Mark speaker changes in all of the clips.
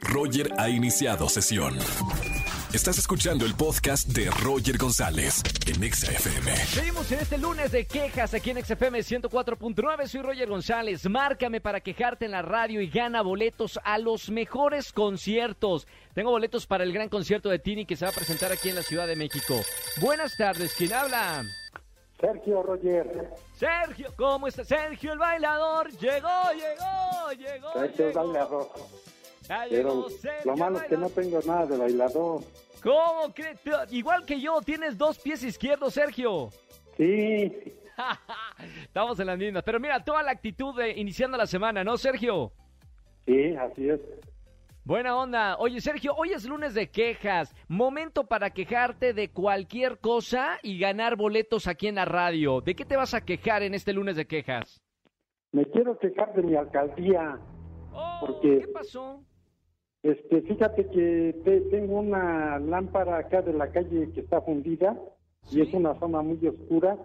Speaker 1: Roger ha iniciado sesión. Estás escuchando el podcast de Roger González en XFM.
Speaker 2: Seguimos en este lunes de quejas aquí en XFM 104.9. Soy Roger González. Márcame para quejarte en la radio y gana boletos a los mejores conciertos. Tengo boletos para el gran concierto de Tini que se va a presentar aquí en la Ciudad de México. Buenas tardes, ¿quién habla?
Speaker 3: Sergio Roger.
Speaker 2: Sergio, ¿cómo está? Sergio el bailador llegó, llegó, llegó.
Speaker 3: Sergio es
Speaker 2: llegó.
Speaker 3: bailador.
Speaker 2: Ya llegó
Speaker 3: Pero
Speaker 2: Sergio
Speaker 3: lo malo es que no
Speaker 2: bailador.
Speaker 3: tengo nada de bailador.
Speaker 2: ¿Cómo crees? Tú- Igual que yo, tienes dos pies izquierdos, Sergio.
Speaker 3: Sí,
Speaker 2: Estamos en las mismas. Pero mira, toda la actitud de iniciando la semana, ¿no, Sergio?
Speaker 3: sí, así es.
Speaker 2: Buena onda. Oye, Sergio, hoy es lunes de quejas. Momento para quejarte de cualquier cosa y ganar boletos aquí en la radio. ¿De qué te vas a quejar en este lunes de quejas?
Speaker 3: Me quiero quejar de mi alcaldía.
Speaker 2: Oh,
Speaker 3: ¿Por qué?
Speaker 2: ¿Qué pasó?
Speaker 3: Este, fíjate que te- tengo una lámpara acá de la calle que está fundida
Speaker 2: Sí.
Speaker 3: y es una zona muy oscura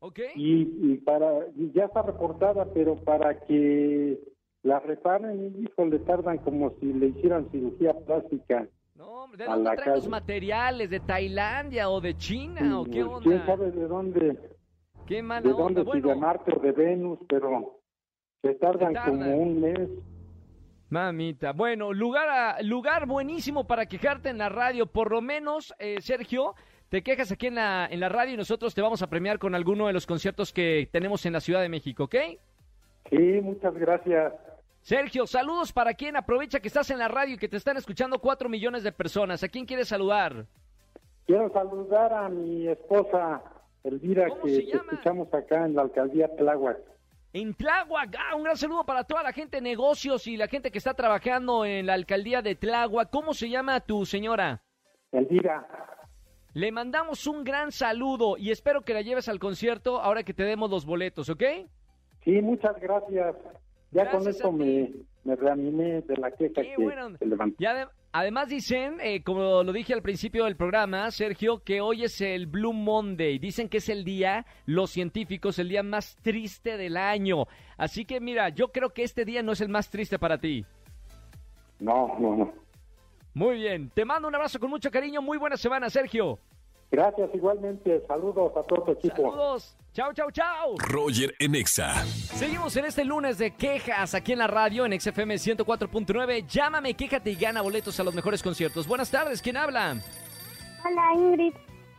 Speaker 2: ¿Ok?
Speaker 3: y, y para y ya está reportada, pero para que la reparen, hijo, le tardan como si le hicieran cirugía plástica.
Speaker 2: No, hombre, ¿de
Speaker 3: a
Speaker 2: dónde
Speaker 3: la
Speaker 2: traen los
Speaker 3: calle.
Speaker 2: materiales? ¿De Tailandia o de China? ¿O qué
Speaker 3: Pues, ¿Quién
Speaker 2: onda?
Speaker 3: sabe de dónde?
Speaker 2: ¿Qué mala
Speaker 3: de
Speaker 2: onda?
Speaker 3: dónde, si de
Speaker 2: Ah, Bueno,
Speaker 3: Marte o de Venus, pero se tardan,
Speaker 2: Se tardan.
Speaker 3: como un mes.
Speaker 2: Mamita, bueno, lugar, a- lugar buenísimo para quejarte en la radio. Por lo menos, eh, Sergio, te quejas aquí en la, en la radio y nosotros te vamos a premiar con alguno de los conciertos que tenemos en la Ciudad de México, ¿ok?
Speaker 3: Sí, muchas gracias.
Speaker 2: Sergio, saludos para quien aprovecha que estás en la radio y que te están escuchando cuatro millones de personas. ¿A quién quieres saludar?
Speaker 3: Quiero saludar a mi esposa Elvira,
Speaker 2: ¿Cómo
Speaker 3: que
Speaker 2: se
Speaker 3: que
Speaker 2: llama?
Speaker 3: escuchamos acá en la alcaldía Tláhuac.
Speaker 2: En Tláhuac, ah, un gran saludo para toda la gente de negocios y la gente que está trabajando en la alcaldía de Tláhuac. ¿Cómo se llama tu señora?
Speaker 3: Elvira,
Speaker 2: Le mandamos un gran saludo y espero que la lleves al concierto ahora que te demos los boletos, ¿ok?
Speaker 3: sí, muchas gracias. Ya
Speaker 2: Gracias
Speaker 3: con
Speaker 2: a
Speaker 3: esto
Speaker 2: ti.
Speaker 3: me, me reanimé de la queja
Speaker 2: Qué
Speaker 3: que
Speaker 2: bueno.
Speaker 3: se levantó.
Speaker 2: Y adem- además dicen, eh, como lo dije al principio del programa, Sergio, que hoy es el Blue Monday. Dicen que es el día, los científicos, el día más triste del año. Así que mira, yo creo que este día no es el más triste para ti.
Speaker 3: No, no, no.
Speaker 2: Muy bien, te mando un abrazo con mucho cariño. Muy buena semana, Sergio.
Speaker 3: Gracias igualmente. Saludos a todo tu equipo.
Speaker 2: Saludos. Chao, chao, chao.
Speaker 1: Roger en Exa.
Speaker 2: Seguimos en este lunes de quejas aquí en la radio en XFM 104.9. Llámame, quéjate y gana boletos a los mejores conciertos. Buenas tardes, ¿quién habla?
Speaker 4: Hola Ingrid,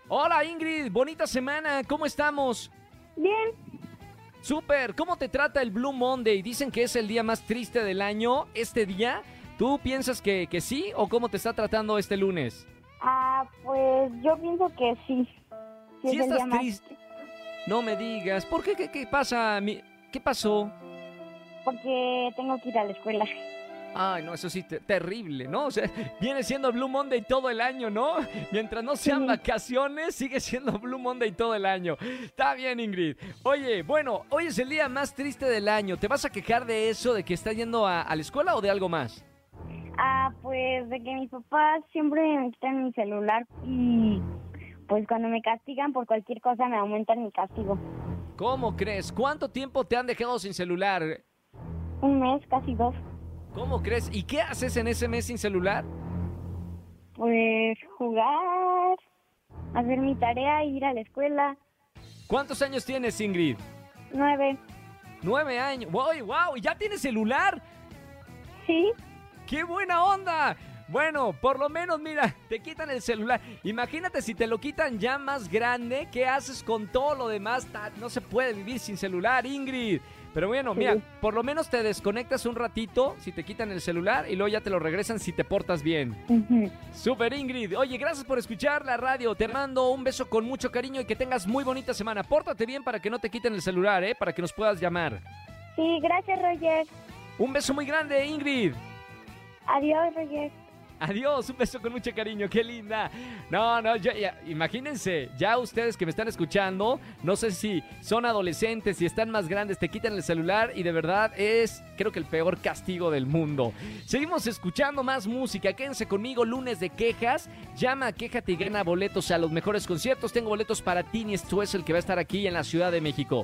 Speaker 2: Hola Ingrid, bonita semana, ¿cómo estamos?
Speaker 4: bien,
Speaker 2: Super, ¿cómo te trata el Blue Monday? Dicen que es el día más triste del año, este día. ¿Tú piensas que, que sí o cómo te está tratando este lunes?
Speaker 4: ah, pues yo pienso que sí.
Speaker 2: Si
Speaker 4: Sí es el día
Speaker 2: estás
Speaker 4: más-
Speaker 2: triste. No me digas, ¿por qué? ¿Qué, qué pasa? mi- ¿Qué pasó?
Speaker 4: Porque tengo que ir a la escuela.
Speaker 2: Ay, no, eso sí, te- terrible, ¿no? O sea, viene siendo Blue Monday todo el año, ¿no? Mientras no sean
Speaker 4: Sí.
Speaker 2: vacaciones, sigue siendo Blue Monday todo el año. Está bien, Ingrid. Oye, bueno, hoy es el día más triste del año. ¿Te vas a quejar de eso, de que estás yendo a, a la escuela o de algo más?
Speaker 4: Ah, pues de que mis papás siempre me quitan mi celular y pues cuando me castigan por cualquier cosa me aumentan mi castigo.
Speaker 2: ¿Cómo crees? ¿Cuánto tiempo te han dejado sin celular?
Speaker 4: Un mes, casi dos.
Speaker 2: ¿Cómo crees? ¿Y qué haces en ese mes sin celular?
Speaker 4: Pues jugar, hacer mi tarea, ir a la escuela.
Speaker 2: ¿Cuántos años tienes, Ingrid?
Speaker 4: Nueve,
Speaker 2: Nueve años. ¡Wow! ¡Wow! ¿Ya tienes celular?
Speaker 4: sí,
Speaker 2: ¡Qué buena onda! Bueno, por lo menos, mira, te quitan el celular. Imagínate si te lo quitan ya más grande, ¿qué haces con todo lo demás? Ta- No se puede vivir sin celular, Ingrid. Pero bueno,
Speaker 4: Sí.
Speaker 2: mira, por lo menos te desconectas un ratito si te quitan el celular y luego ya te lo regresan si te portas bien.
Speaker 4: ujú.
Speaker 2: Super Ingrid, oye, gracias por escuchar la radio. Te mando un beso con mucho cariño y que tengas muy bonita semana. Pórtate bien para que no te quiten el celular, ¿eh? Para que nos puedas llamar.
Speaker 4: sí, gracias Roger.
Speaker 2: Un beso muy grande, Ingrid.
Speaker 4: Adiós Roger.
Speaker 2: Adiós, un beso con mucho cariño, qué linda. No, no, ya, ya, imagínense, ya ustedes que me están escuchando, no sé si son adolescentes, si están más grandes, te quitan el celular y de verdad es, creo que el peor castigo del mundo. Seguimos escuchando más música, quédense conmigo, lunes de quejas, llama, quéjate y gana boletos a los mejores conciertos, tengo boletos para Tini el que va a estar aquí en la Ciudad de México.